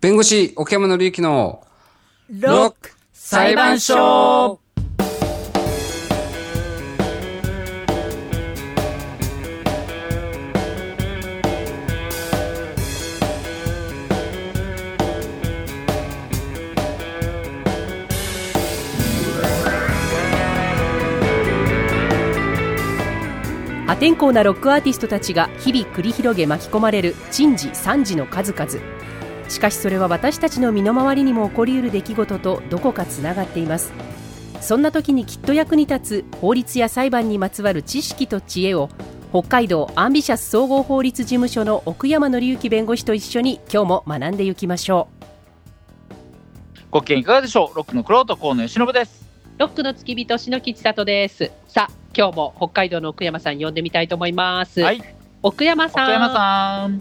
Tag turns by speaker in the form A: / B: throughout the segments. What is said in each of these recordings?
A: 弁護士、奥山のりゆきの、
B: ロック裁判所
C: 破天荒なロックアーティストたちが日々繰り広げ巻き込まれる珍事惨事の数々しかしそれは私たちの身の回りにも起こりうる出来事とどこかつながっていますそんな時にきっと役に立つ法律や裁判にまつわる知識と知恵を北海道アンビシャス総合法律事務所の奥山紀之弁護士と一緒に今日も学んでいきましょう
B: ご機嫌いかがでしょうロックのクロート河野由伸です
D: ロックの付き人篠木千里です。さあ、今日も北海道の奥山さん呼んでみたいと思います。
B: はい
D: 奥山さん
B: 奥山さん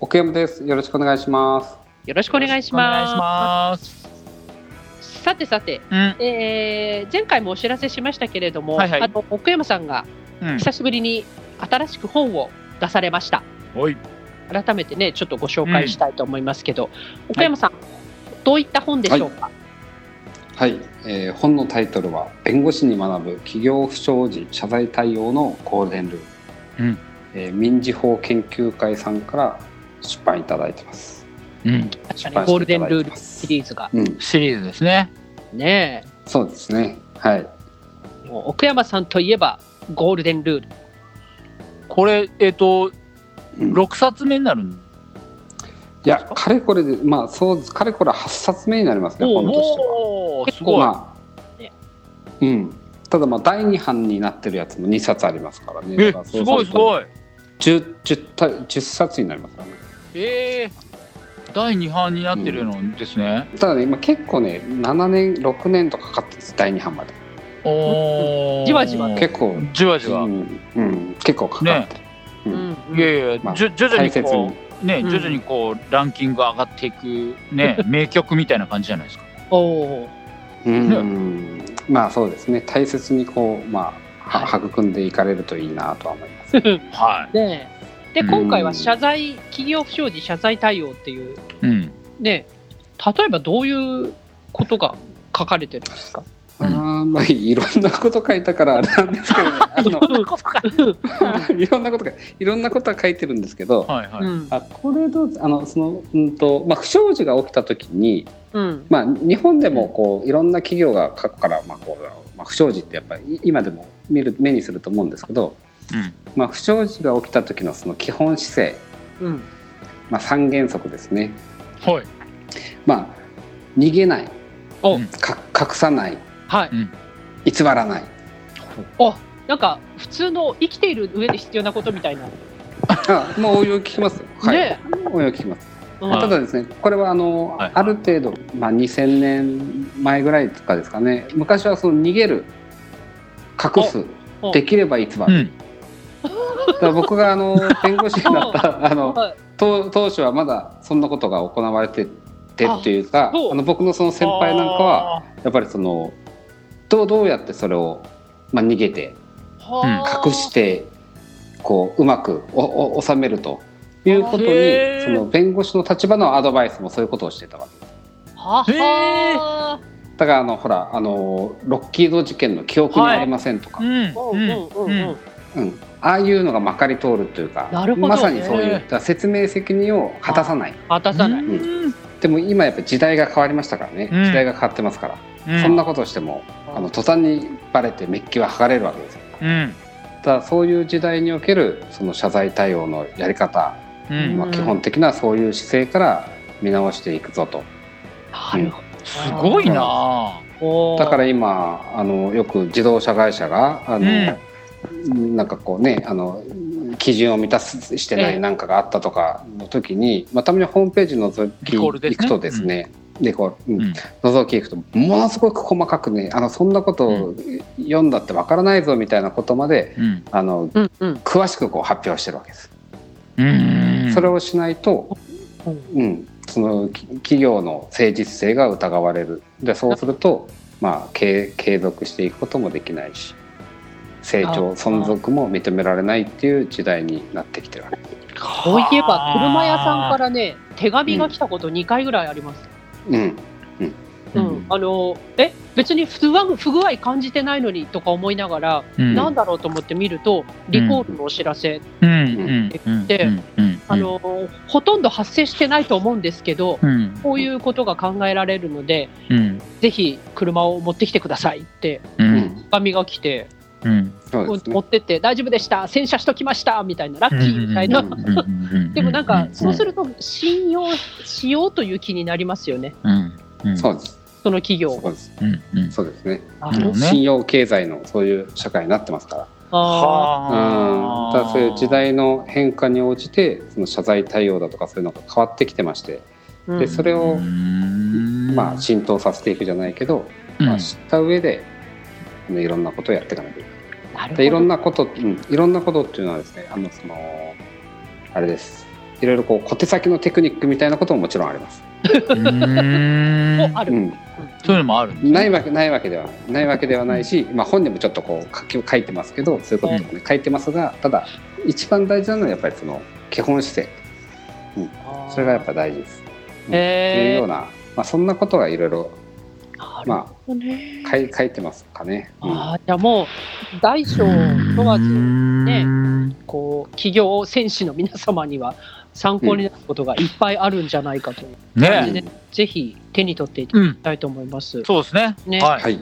A: 奥山です。よろしくお願いします。
D: よろしくお願いします。
B: す
D: さてさて、
B: お願いします
D: えー前回もお知らせしましたけれども、
B: はいはい
D: あの奥山さんが
B: うんうん
D: 久しぶりに新しく本を出されました。
B: おい
D: 改めてね、ちょっとご紹介したいと思いますけど、奥山さん、どういった本でしょうか。
A: はい、えー本のタイトルは「弁護士に学ぶ企業不祥事謝罪対応のゴールデンルール」
B: うん
A: えー民事法研究会さんから出版いただいてます。
B: うん
D: 確かにゴールデンルールシリーズが
A: うん、
B: シリーズですね
D: ね
A: そうですね。はい。
D: え、もう奥山さんといえばゴールデンルール。
B: これえっ、と
A: うん
B: 六冊目になるん
A: いや、かれこれで、まあ、そう、かれこれ八冊目になりますね、本としては。
B: おーすごい、
A: まあ
D: ね、
A: うん。ただまあ第2版になってるやつも2冊ありますからね。
B: え
A: だから
B: すごいすごい
A: 10, 10, た10冊になりますからね。
B: えー、第二版になってるのですね、
A: ただね、今結構ね7年6年とかかかってるんです第2版まで
B: おー
D: じわじわと
A: 結構、
B: じわじ
A: う
B: わ、
A: んうん、結構かかってる、うん
B: いやいや、
A: まあ
B: じゅ徐々
A: 大
B: に
A: 切
B: こ
A: に
B: うね
D: うん
B: 徐々にこうランキング上がっていくね名曲みたいな感じじゃないですか
D: おお ー。
A: うん、まあそうですね大切にこうまあは育んでいかれるといいなとは思います、
B: は
D: ねえで
B: うん
D: 今回は謝罪企業不祥事謝罪対応っていう
B: い、うん、
D: ねえ例えばどういうことが書かれてるんですか
B: うん
A: あーまあいろんなこと書いたからあれ なんですけどねあの いろんなことがいろんなことは書いてるんですけど、
B: はいは
D: う
B: い
D: ん
A: あこれどうあのそのうんとまあ不祥事が起きた時に
D: うん
A: まあ、日本でもこういろんな企業が過去から、まあこうまあ、不祥事ってやっぱりい今でも見る目にすると思うんですけど、
B: うん
A: まあ、不祥事が起きた時のその基本姿勢、
D: うん
A: まあ、三原則ですね、
B: はい
A: まあ、逃げない
D: お
A: か隠さない
D: はい
A: 偽らない
D: おなんか普通の生きている上で必要なことみたいな
A: あもう応用聞きますよ、はい
D: ね
A: 応用聞きます
D: うん
B: はい
A: ただですねこれはあの、
B: はい
A: ある程度、まあ、2000年前ぐらいとかですかね昔はその逃げる隠す
D: おお
A: できれば偽る
B: うん
A: だから僕があの弁護士になったあの
D: はい
A: 当当初はまだそんなことが行われててっていうか
D: あそう
A: あの僕のその先輩なんかはやっぱりそのどうどうやってそれを、まあ、逃げて
D: はあ
A: 隠してこううまくおお収めるということに
B: へー
A: その弁護士の立場のアドバイスもそういうことをしてたわけです
D: は
B: へえ
D: は
A: だからあのほらあのロッキード事件の記憶にありませんとか、
B: うん
D: う
B: うん
D: うん
B: ん
D: うんうん
A: うん、ああいうのがまかり通るというか
D: なるほど
A: まさにそういう
B: へー
A: だから説明責任を果たさない。
D: 果たさない
B: うん
A: でも今やっぱ時代が変わりましたからね、
B: うん
A: 時代が変わってますから、
B: うん
A: そんなことをしてもあの途端にバレてメッキは剥がれるわけですよ
B: うん
A: ただそういう時代におけるその謝罪対応のやり方、
B: うん
A: まあ、基本的なそういう姿勢から見直していくぞと
D: なるほ
B: すごいなあ
D: ど
A: だから今あのよく自動車会社があの、なんかこうねあの基準を満たすしてな
D: ええ
A: いなんかがあったとかの時に、まあ、たまにホームページのぞき
B: リコールですね
A: 行くとですね、でこう、うん
B: うん
A: 覗き行くとものすごく細かくねあのそんなことを読んだってわからないぞみたいなことまで
B: うん
A: あの
D: うんうん
A: 詳しくこう発表してるわけです。
B: うん
A: それをしないと、
D: うん
A: うん、そのき企業の誠実性が疑われるでそうすると、まあ、継継続していくこともできないし成長
D: あ
A: 存続も認められないっていう時代になってきてるわけ
D: そういえば車屋さんからね手紙が来たこと2回ぐらいあります。
A: うん
D: うん
B: うん
D: あのえ別に不具合不具合感じてないのにとか思いながら、
B: うん
D: なんだろうと思って見るとリコールのお知らせ、
B: うんうんうん
D: で
B: うんうん
D: あのほとんど発生してないと思うんですけど、
B: うん
D: こういうことが考えられるので
B: うん
D: ぜひ車を持ってきてくださいって
B: う
A: うんん
D: 手紙が来て、
B: うん
A: そうです
D: 持
A: ね
D: ってって大丈夫でした洗車しときましたみたいなラッキーみたいな、
A: うんうんうん
D: でもなんかそうす
B: る
D: ると信用しようという気になりますよね
A: そうです
D: その企業
A: そう
D: を。
A: です
B: うんうん
A: そうですね
D: あ
B: なるほどね
A: 信用経済のそういう社会になってますからう
D: あ
A: ん、ただそういう時代の変化に応じてその謝罪対応だとかそういうのが変わってきてまして、
D: ー
A: でそれを、
B: うん
A: まあ、浸透させていくじゃないけど、
B: うん
A: まあ、知った上で、ね、いろんなことをやっていかなきゃいけない
D: なるほど
A: でいろんなこと、うん、いろんなことっていうのはですねあのそのあれですいろいろこう小手先のテクニックみたいなことももちろんあります、
B: うん
D: おあ
A: う
D: る、
A: ん、
B: そういうのもあるんだ
A: ないわけないわけではないないわけではないし、まあ、本でもちょっとこう書き書いてますけどそういうこととかね書いてますがただ一番大事なのはやっぱりその基本姿勢それがやっぱ大事です。うんっていう
D: え
A: よう
D: ー、
A: な、まあ、そんなことがいろいろ
D: なる
A: ま
D: ほどね
A: あ書い書いてますかね。うん
D: あーじゃあもう大小問わずねこう企業戦士の皆様には参考になることがいっぱいあるんじゃないかと、
B: ね
D: ねぜひ手に取っていただ
B: うん
D: きたいと思います。
B: そうですね
D: ね
B: は
A: はいい、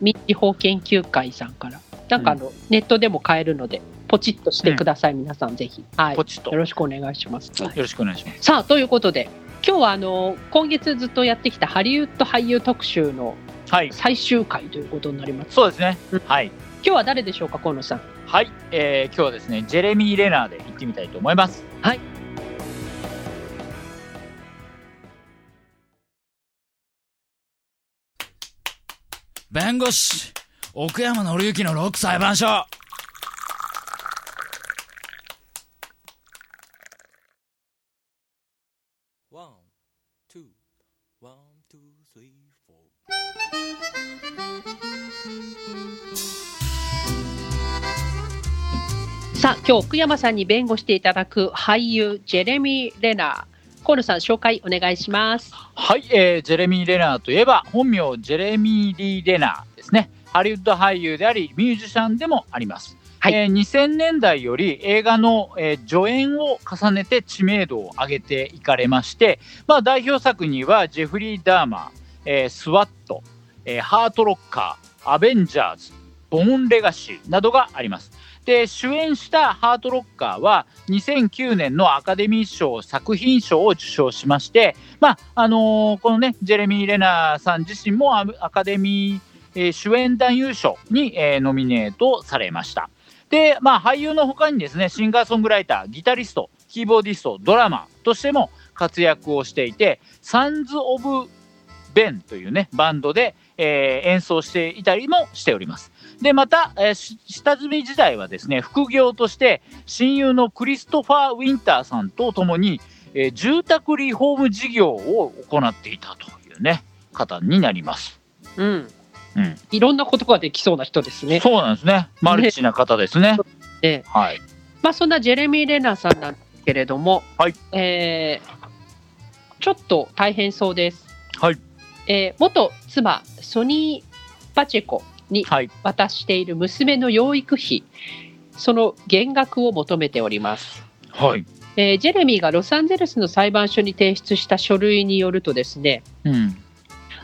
D: 民地法研究会さんからなんかあの、ネットでも買えるのでポチッとしてください、皆さんぜひ、はい、
B: ポ
D: よ
B: チッと
D: ろしくお願いします。
B: よろしくお願いします
D: さあということで今日はあの今月ずっとやってきたハリウッド俳優特集の
B: はい
D: 最終回ということになります。
B: そうですねはい
D: 今日は誰でしょうか河野さん。
B: はい、えー今日はですねジェレミー・レナーで行ってみたいと思います
D: はい
E: 弁護士、奥山紀之のロック裁判所。
F: One, two, one, two, three, four.
D: さあ今日奥山さんに弁護していただく俳優ジェレミー・レナー河野さん紹介お願いします。
B: はい、えージェレミー・レナーといえば本名ジェレミー・リー・レナーですねハリウッド俳優でありミュージシャンでもあります、
D: はい
B: えー2000年代より映画の、えー助演を重ねて知名度を上げていかれまして、まあ、代表作にはジェフリー・ダーマー、えースワット、えーハートロッカーアベンジャーズボーン・レガシーなどがありますで主演した「ハートロッカー」は2009年のアカデミー賞作品賞を受賞しましてまああのーこのねジェレミー・レナーさん自身もアアカデミー、えー主演男優賞に、えーノミネートされました。で、まあ、俳優の他にですねシンガーソングライターギタリストキーボーディストドラマーとしても活躍をしていてサンズ・オブ・ベンというねバンドで、えー演奏していたりもしております。でまた、えーし下積み時代はですね副業として親友のクリストファー・ウィンターさんと共にえー住宅リフォーム事業を行っていたというね方になります。
D: うん。
B: うん
D: いろんなことができそうな人ですね。
B: そうなんですね。マルチな方ですね。
D: ええ
B: はい。
D: まあそんなジェレミー・レナーさんなんですけれども、
B: はい
D: えーちょっと大変そうです。
B: はい。
D: えー元妻ソニー・パチェコに
B: はい。
D: 渡している娘の養育費、その減額を求めております。
B: はい。
D: えージェレミーがロサンゼルスの裁判所に提出した書類によるとですね、
B: うん。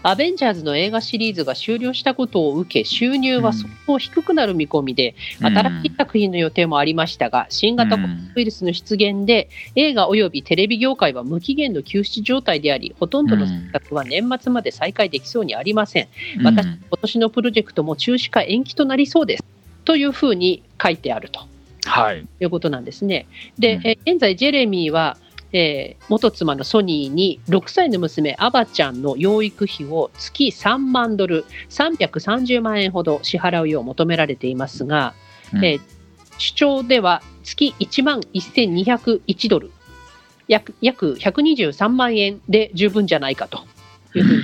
D: アベンジャーズの映画シリーズが終了したことを受け、収入
B: う
D: は
B: ん
D: 相当低くなる見込みで、新しい作品の予定もありましたが、新型コロナウイルスの出現で、映画及びテレビ業界は無期限の休止状態であり、ほとんどの制作は年末まで再開できそうにありません。
B: うん
D: 私
B: うん
D: 今年のプロジェクトも中止か延期となりそうです。というふうに書いてあると。
B: はい。
D: ということなんですね。で、
B: うん
D: えー現在、ジェレミーは、えー元妻のソニーに6歳の娘、アバちゃんの養育費を月3万ドル、330万円ほど支払うよう求められていますが、
B: うん
D: えー主張では月1万1201ドル、約約123万円で十分じゃないかというふうに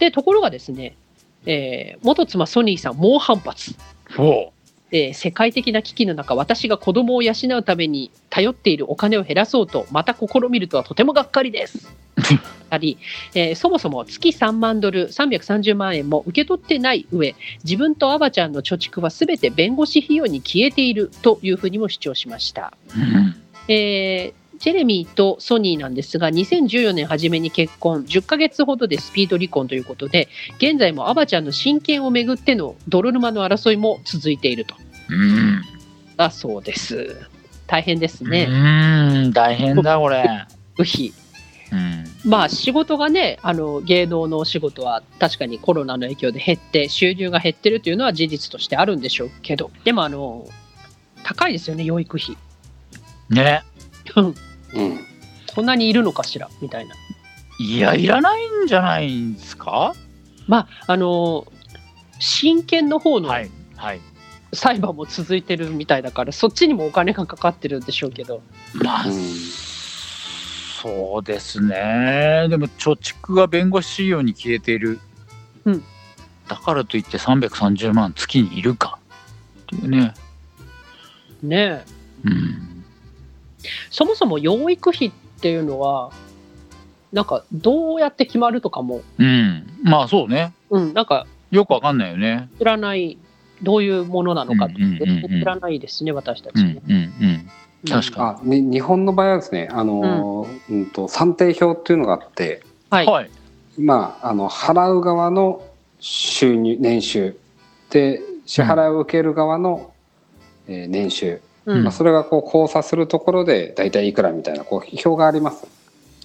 D: でところがですね、えー元妻ソニーさん、猛反発。
B: そ
D: で世界的な危機の中私が子供を養うために頼っているお金を減らそうとまた試みるとはとてもがっかりですあり、えーそもそも月3万ドル330万円も受け取ってない上自分とアバちゃんの貯蓄は全て弁護士費用に消えているというふうにも主張しました
B: う。うん
D: えージェレミーとソニーなんですが2014年初めに結婚10ヶ月ほどでスピード離婚ということで現在もアバちゃんの親権をめぐっての泥沼の争いも続いていると
B: うん
D: だそうです大変です
B: う
D: ね
B: ん大変だこれ。
D: 部費
B: うん
D: まあ仕事がねあの芸能のお仕事は確かにコロナの影響で減って収入が減ってるというのは事実としてあるんでしょうけどでもあの高いですよね養育費
B: ね
A: うん。
D: こんなにいるのかしらみたいない
B: やいらないんじゃないんですか
D: まああの親権の方の
B: はいはい。
D: 裁判も続いてるみたいだから、そっちにもお金がかかってるんでしょうけど
B: まあ、
A: うん
B: そうですねでも貯蓄が弁護士費用に消えている、
D: うん
B: だからといって330万月にいるかっていうね、
D: ねえ
B: うん、
D: そもそも養育費っていうのはなんかどうやって決まるとかも、
B: うん、まあそうね
D: うん、なんか
B: よくわかんないよね
D: 知らないどういうものなのかって
B: うんうんうんうん
D: 知らないですね私たち
B: うん
D: ね、
B: うんうん確か
A: あ、に日本の場合はですね、あのー、うん、と算定表っていうのがあって、
D: は、
B: はいい、はい
A: まああの払う側の収入年収で支払いを受ける側の、えー年収、
D: うん
A: まあ、それがこう交差するところで大体いくらみたいなこう表があります。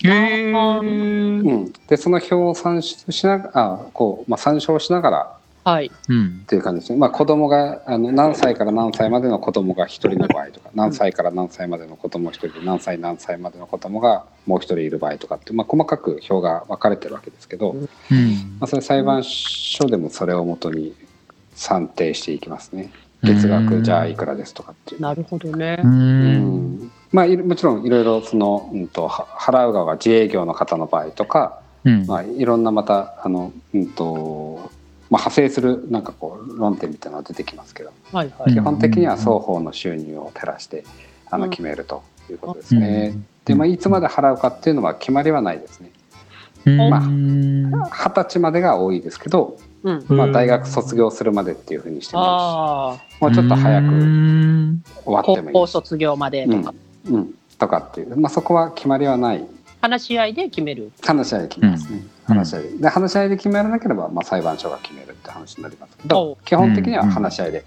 B: えー
A: うん、でその表を算出しながあこう、まあ、参照しながら
D: はい
B: うん
A: っていう感じですね、まあ、子供があの何歳から何歳までの子供が1人の場合とか何歳から何歳までの子供1人で何歳何歳までの子供がもう1人いる場合とかって、まあ、細かく表が分かれてるわけですけど、
D: うん
A: ま
B: うん
A: あ、それ裁判所でもそれをもとに算定していきますね月額じゃあいくらですとかっていう。
D: なるほどね
B: う、
A: うん
B: ん
A: まあ、いろもちろんいろいろその、うん、とは払う側が自営業の方の場合とか、
B: うん
A: まあ、いろんなまたあの、うんとまあ、派生するなんかこう論点みたいなのが出てきますけど
D: はいはい
A: 基本的には
B: う
A: 双方の収入を照らしてあ
D: う
A: の
D: ん
A: 決めるということですね。でまあ、いつまで払うかっていうのは決まりはないですね。
B: うん
D: ま
A: あ
B: うん
A: 二十歳までが多いですけど、
D: うん
A: まあ、
B: うん
A: 大学卒業するまでっていうふうにしても
D: あ
A: いいしもうちょっと早
B: う
A: く
B: ん
A: 終
D: あ
A: わっ
D: 高
A: てもい
D: 校
A: いし。
D: 卒業まで
A: う
D: と
A: ん
D: か、
A: うん、とかっていう、まあ、そこは決まりはない
D: 話し合いで決める
A: 話し合いで決めますね、
B: うん
A: 話し合いでで話し合いで決められなければ、まあ、裁判所が決めるって話になりますけ
D: おう
A: ど基本的には話し合いで、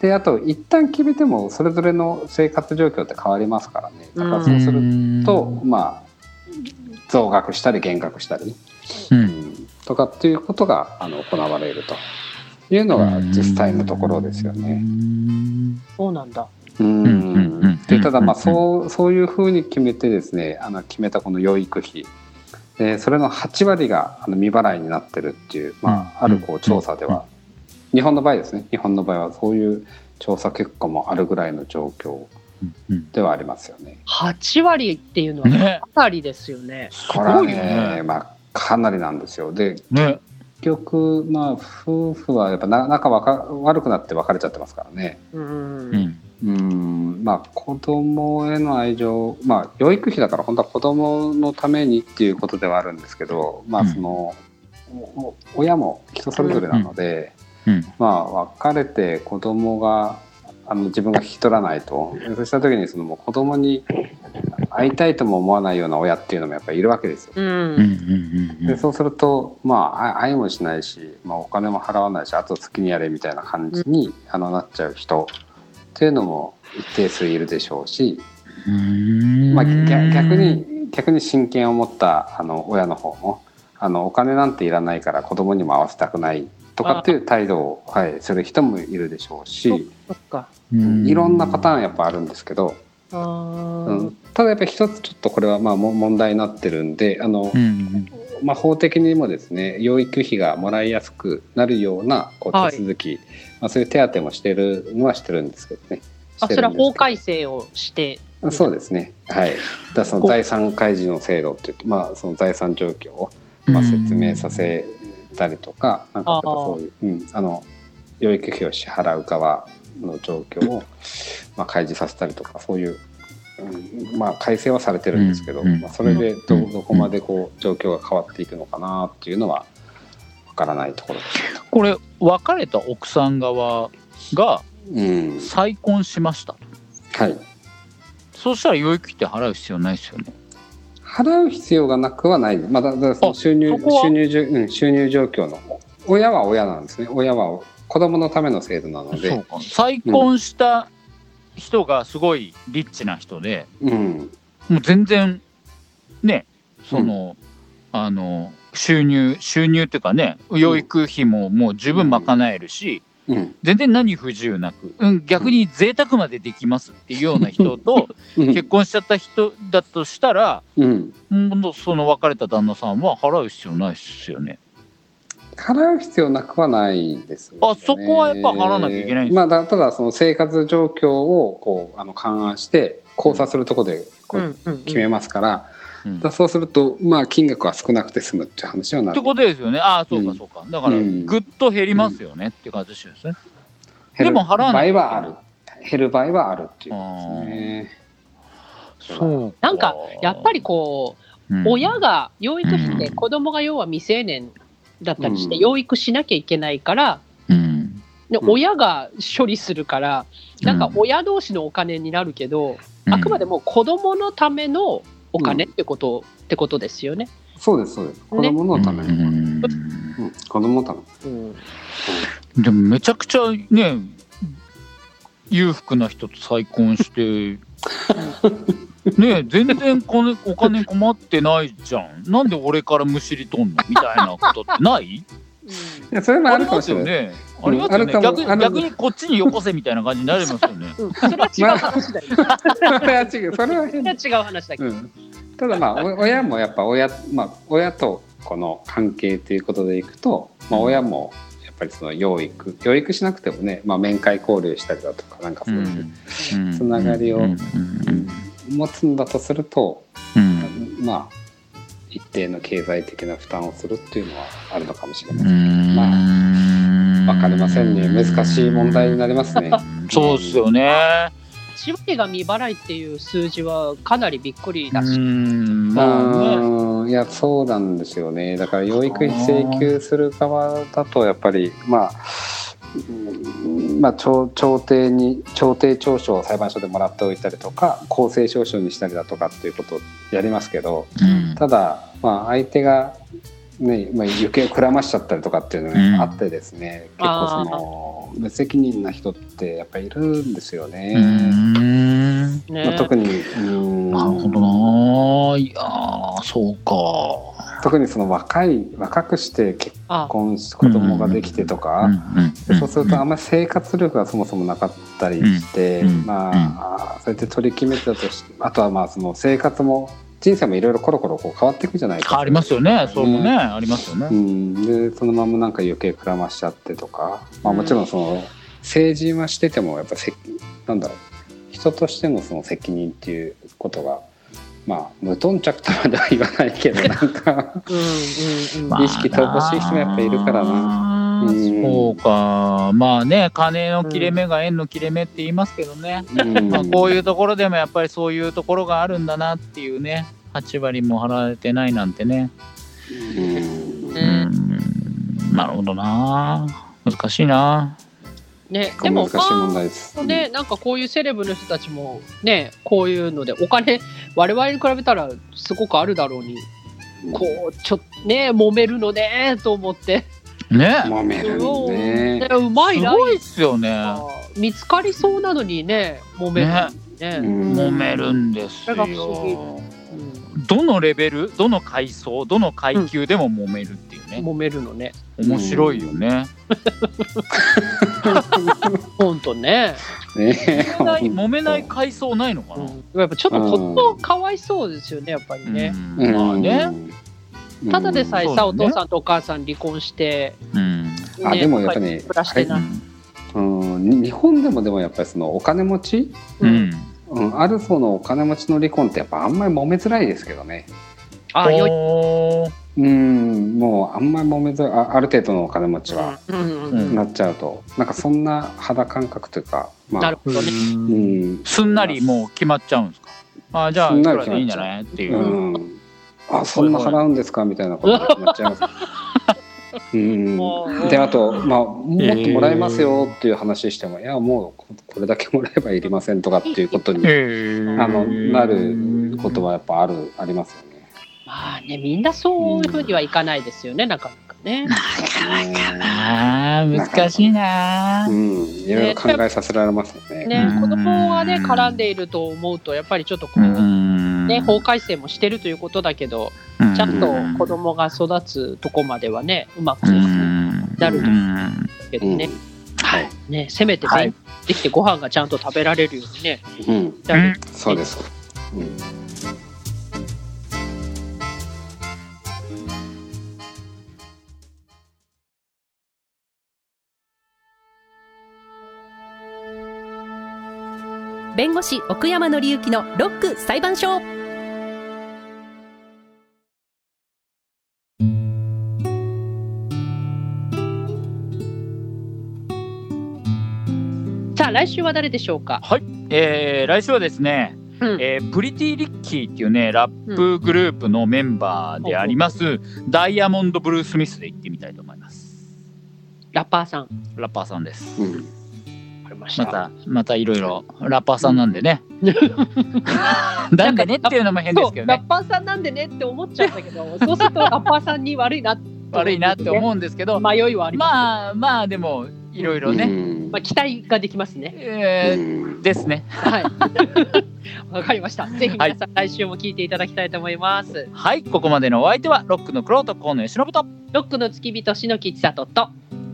A: であと一旦決めてもそれぞれの生活状況って変わりますからねだからそうすると、まあ増額したり減額したり、
B: うん
A: うんとかっていうことがあの行われるというのが実際のところですよね。
D: そうなんだ
A: うん
B: うんうんうん
A: でただまあそうそういうふうに決めてですねあの決めたこの養育費でそれの8割があの未払いになってるっていう、まあ、あ
B: うん
A: るこう調査では日本の場合ですね日本の場合はそういう調査結果もあるぐらいの状況ではありますよね。
D: 8割っていうのは
B: ね
D: かなりですよね
A: これは
B: すごいよね
A: ね、まあ、かなりなんですよで
B: ね
A: 結局まあ夫婦はやっぱな仲わか悪くなって別れちゃってますからね。
D: うん、
B: うん
A: うんまあ子供への愛情まあ養育費だから本当は子供のためにっていうことではあるんですけどま
B: う
A: あ
B: ん
A: その、お親も人それぞれなので、
B: うん
A: まあ別れて子供があの自分が引き取らないとそうした時にそのもう子供に会いたいとも思わないような親っていうのもやっぱりいるわけですよ。
D: うん
B: うんうんう
A: で
B: ん
A: そうするとまああ愛もしないし、まあ、お金も払わないしあと好きにやれみたいな感じに、あのなっちゃう人っていうのも一定数いるでしょうし、
B: うん
A: まあ、逆逆に逆に親権を持ったあの親の方もあのお金なんていらないから子供にも合わせたくないとかっていう態度を、はい、する人もいるでしょうし、
D: そっか
A: いろんなパターンやっぱあるんですけど、
D: あー
A: うん、ただやっぱり一つちょっとこれはまあも問題になってるんであの、
B: うん
A: まあ、法的にもですね養育費がもらいやすくなるようなこ
D: は
A: う
D: い
A: 手続き、まあ、そういう手当もしてるのはしてるんですけどね。
D: あ
A: して
D: そ
A: る
D: れは
A: んですけど
D: 法改正をして
A: そうですね、はい、だからその財産開示の制度って言って、まあ、その財産状況を、まあ、説明させたりとか、なんかやっぱそういう、うん、あの養育費を支払う側の状況を、まあ、開示させたりとかそういう、うんまあ、改正はされてるんですけど、
B: うんうん
A: まあ、それでど
B: うん
A: どこまでこう状況が変わっていくのかなっていうのはわからないところですけど。
B: これ別れた奥さん側が
A: うん
B: 再婚しましたと
A: はい、
B: そうしたら養育費って払う必要ないですよね
A: 払う必要がなくはない、まあ、だだからその
B: あ
A: 収入
B: そこは
A: 収入じゅ、うん、収入状況の親は親なんですね親は子供のための制度なの
B: そう
A: で、
B: か再婚した人がすごいリッチな人で、
A: うん、
B: もう全然ねその、あの収入収入っていうかね養育費ももう十分賄えるし、
A: うん、
B: 全然何不自由なく、うん、逆に贅沢までできますっていうような人と
A: うん
B: 結、婚しちゃった人だとしたら、
A: うん、
B: もうその別れた旦那さんは払う必要ないですよね。
A: 払う必要なくはないです、ね。
B: あそこはやっぱ払わなきゃいけないんです
A: まあ、だただその生活状況をこうあの勘案して交差するところでこ
D: う
A: うん
D: うんうん
A: 決めますから、
B: うん
A: だそうするとまあ金額は少なくて済むっていう話はな
B: っ
A: る
B: て。ことですよね。ああ、そうか
A: うん
B: そうか。だから、
A: うん
B: ぐっと減りますよねっていう感じですよね。
A: 減る
B: でも払わなきゃいけない
A: 場合はある。減る場合はあるっていうことですね。
B: そう
D: なんかやっぱりこう
B: うん
D: 親が養育費って
B: うん
D: 子供が要は未成年だったりして
A: うん
D: 養育しなきゃいけないから、
B: うん
D: で
A: うん
D: 親が処理するからなんか
B: うん
D: 親同士のお金になるけど、あくまでも子供のためのお金ってこと、ってことですよね。
A: そうですそうです。子供のため
B: う
A: に、
B: ん
A: うん、子供のために。
D: うん
B: でもめちゃくちゃね裕福な人と再婚して ね全然このお金困ってないじゃんなんで俺からむしり取んのみたいなことってない
A: いやそれもあ
B: あり
A: るかも
B: ま
A: し
B: す
A: れな
B: よ
A: い。
B: ねあ
A: う
B: り
A: ん
B: ますよ
A: ある
B: ね
A: かも
B: 逆
A: ある
B: に逆にこっちによこせみたいな感じになりますよね
D: うんそれは違う話だよ。
A: それは違う。それは
D: そ
A: 変
D: れは違う話だけど。
A: うん、ただまあお 親もやっぱ親,、まあ、親とこの関係ということでいくと、まあ、親もやっぱりその養育養育しなくてもね、まあ、面会交流したりだとかなん かそういう、つながりを
B: うん
A: 持つんだとすると、
B: うん
A: まあ一定の経済的な負担をするっていうのはあるのかもしれ
B: う
A: ません。
B: ん
A: わ、かりませんね難しい問題になりますね。
B: そうですよね
D: 1割が未払いっていう数字はかなりびっくり
B: う
D: だし、
B: んまあね
A: うんいやそうなんですよねだから養育費請求する側だとやっぱりまあ、うんまあ、調調停に調停調書を裁判所でもらっておいたりとか公正証書にしたりだとかっていうことをやりますけど
B: うん
A: ただ、まあ、相手が、ねまあ、行方をくらましちゃったりとかっていうの
B: うん
A: があってですね、結構その無責任な人ってやっぱりいるんですよね。
B: うん
D: ね
A: まあ、特に、うん
B: なるほどなーいやーそうか
A: 特にその若い若くして結
D: あ
A: 婚し子供ができてとか、でそうするとあんまり生活力がそもそもなかったりして、
B: うん
A: まあ、そうやって取り決めてたとしあとはまあその生活も人生もいろいろコロコロこう変わっていくじゃないか
B: 変わりますよねそうもね
A: うん
B: ありますよ
A: う
B: ね
A: ん、でそのままなんか余計くらましちゃってとか、まあ、もちろんその成人はしててもやっぱせなんだろう人としてのその責任っていうことがまあ無頓着とまでは言わないけどなんか。
D: うんうんうん
A: まあ意識乏しい人もやっぱいるからな
B: まあ
A: うん
B: そうかまあね金の切れ目が縁の切れ目って言いますけどね
A: うん
B: まあこういうところでもやっぱりそういうところがあるんだなっていうね8割も払われてないなんてね
A: うん
B: う
D: ね
B: んなるほどなー難しいな
D: ねで
A: 結構
D: も
A: 難しい問題です。
D: まあね、なんかこういうセレブの人たちもねこういうのでお金 我々に比べたらすごくあるだろうに
A: うん
D: こうちょっとね揉めるのねと思って
B: ーね
A: 揉める
D: う,、ね
A: ね。、
D: うまい
B: す
D: な
B: ごいっすよね
D: 見つかりそうなのにね揉めるね
A: うん
B: 揉めるんです
D: それが不
B: よ
D: 思。うん
B: どのレベル、どの階層、どの階級でも揉めるっていうね。
D: 揉めるのね
A: ん
B: 面白いよね。
D: ほんとね、
A: ね
B: 揉めない揉めない階層ないのかな。
D: うん、やっぱちょっと子供かわいそうですよねやっぱりね、
B: うんまあね。。
A: うん
D: ただでさえ
B: うん
D: さ、
B: そ
D: お
B: うだね
D: 父さんとお母さん離婚して、
B: うん。
D: ね、
A: あでもやっぱね
D: 暮らして
B: う
D: ない、
B: ん
A: うんに日本でもでもやっぱりそのお金持ち、
B: うん。
A: うん、ある層のお金持ちの離婚ってやっぱあんまり揉めづらいですけどね。
D: あよ
B: おー
A: うんもうあんまり揉めずあある程度のお金持ちは
D: うん
B: うん
A: なっちゃうと、なんかそんな肌感覚というかま
D: な
A: あ
D: るほどね。
A: う
B: うん
A: ん、
B: すんなりもう決まっちゃうんですかあじゃあ
A: す
B: い
A: ん
B: く
A: なり
B: らでいいんじゃないっていうう、
A: んあそんな払うんですかみたいなことになっちゃい ます。うん
D: もう
A: であと、まあ、もっともらえますよっていう話しても、いやもうこれだけもらえばいりませんとかっていうことに
B: へ
A: あ
B: ー
A: のなることはやっぱあるありますよね。
D: まあね、みんなそういうふうにはいかないですよね、なかなかね。
B: あー難しいな
A: うん、
B: ー
A: いろいろ考えさせられますよね。
D: ね
B: うん、
D: 子供がね、絡んでいると思うと、やっぱりちょっとこ
B: う
D: う、
B: ん
D: ね、法改正もしてるということだけど、
B: うん
D: ちゃんと子供が育つとこまではね、うまく
B: うん
D: なる
B: う
D: と思うんんですけど
A: うん
D: ね、
A: はい、
D: ねせめて
B: は
D: 勉
B: い
D: 強できてご飯がちゃんと食べられるようにね、
A: うん、
D: やる
A: そうです。うん
C: 弁護士奥山紀之のロック裁判所
D: さあ、来週は誰でしょうか。
B: えー来週はですね、
D: うん
B: えープリティ・リッキーっていうねラップグループのメンバーであります、ダイヤモンド・ブルース・ミスで行ってみたいと思います
D: ラッパーさん。わ
B: ラッパーさんです
A: うん、
D: かりまし
B: ま
D: た。
B: たまたいろいろラッパーさんなんでねなんかねっていうのも変で
D: そ
B: す
D: う
B: けど
D: ラ
B: ね
D: ッパーさんなんでねって思っちゃうんだ けど、そうするとラッパーさんに悪いな、
B: 悪いなって思うんですけど、
D: 迷いはあります。まあ、
B: まあまあでもいろいろね、
A: うん
D: 期待ができますね。
B: えー
A: うん
B: ですね
D: はい。わかりました。ぜひ皆さん、来週も聞いていただきたいと思います。
B: はいここまでのお相手はロックのクロート河野由伸と
D: ロックの付き人、篠木千里と。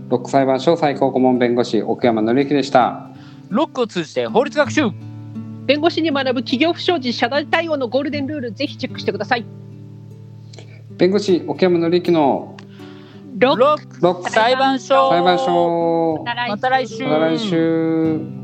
A: ロック裁判所最高顧問弁護士奥山紀之でした。
B: ロックを通じて法律学習
D: 弁護士に学ぶ企業不祥事謝罪対応のゴールデンルールぜひチェックしてください。
A: 弁護士奥山紀之の
D: ロック
B: ロック
A: ロック
B: 裁判所
A: 裁判所。
D: また来週
B: また来週
A: また来週。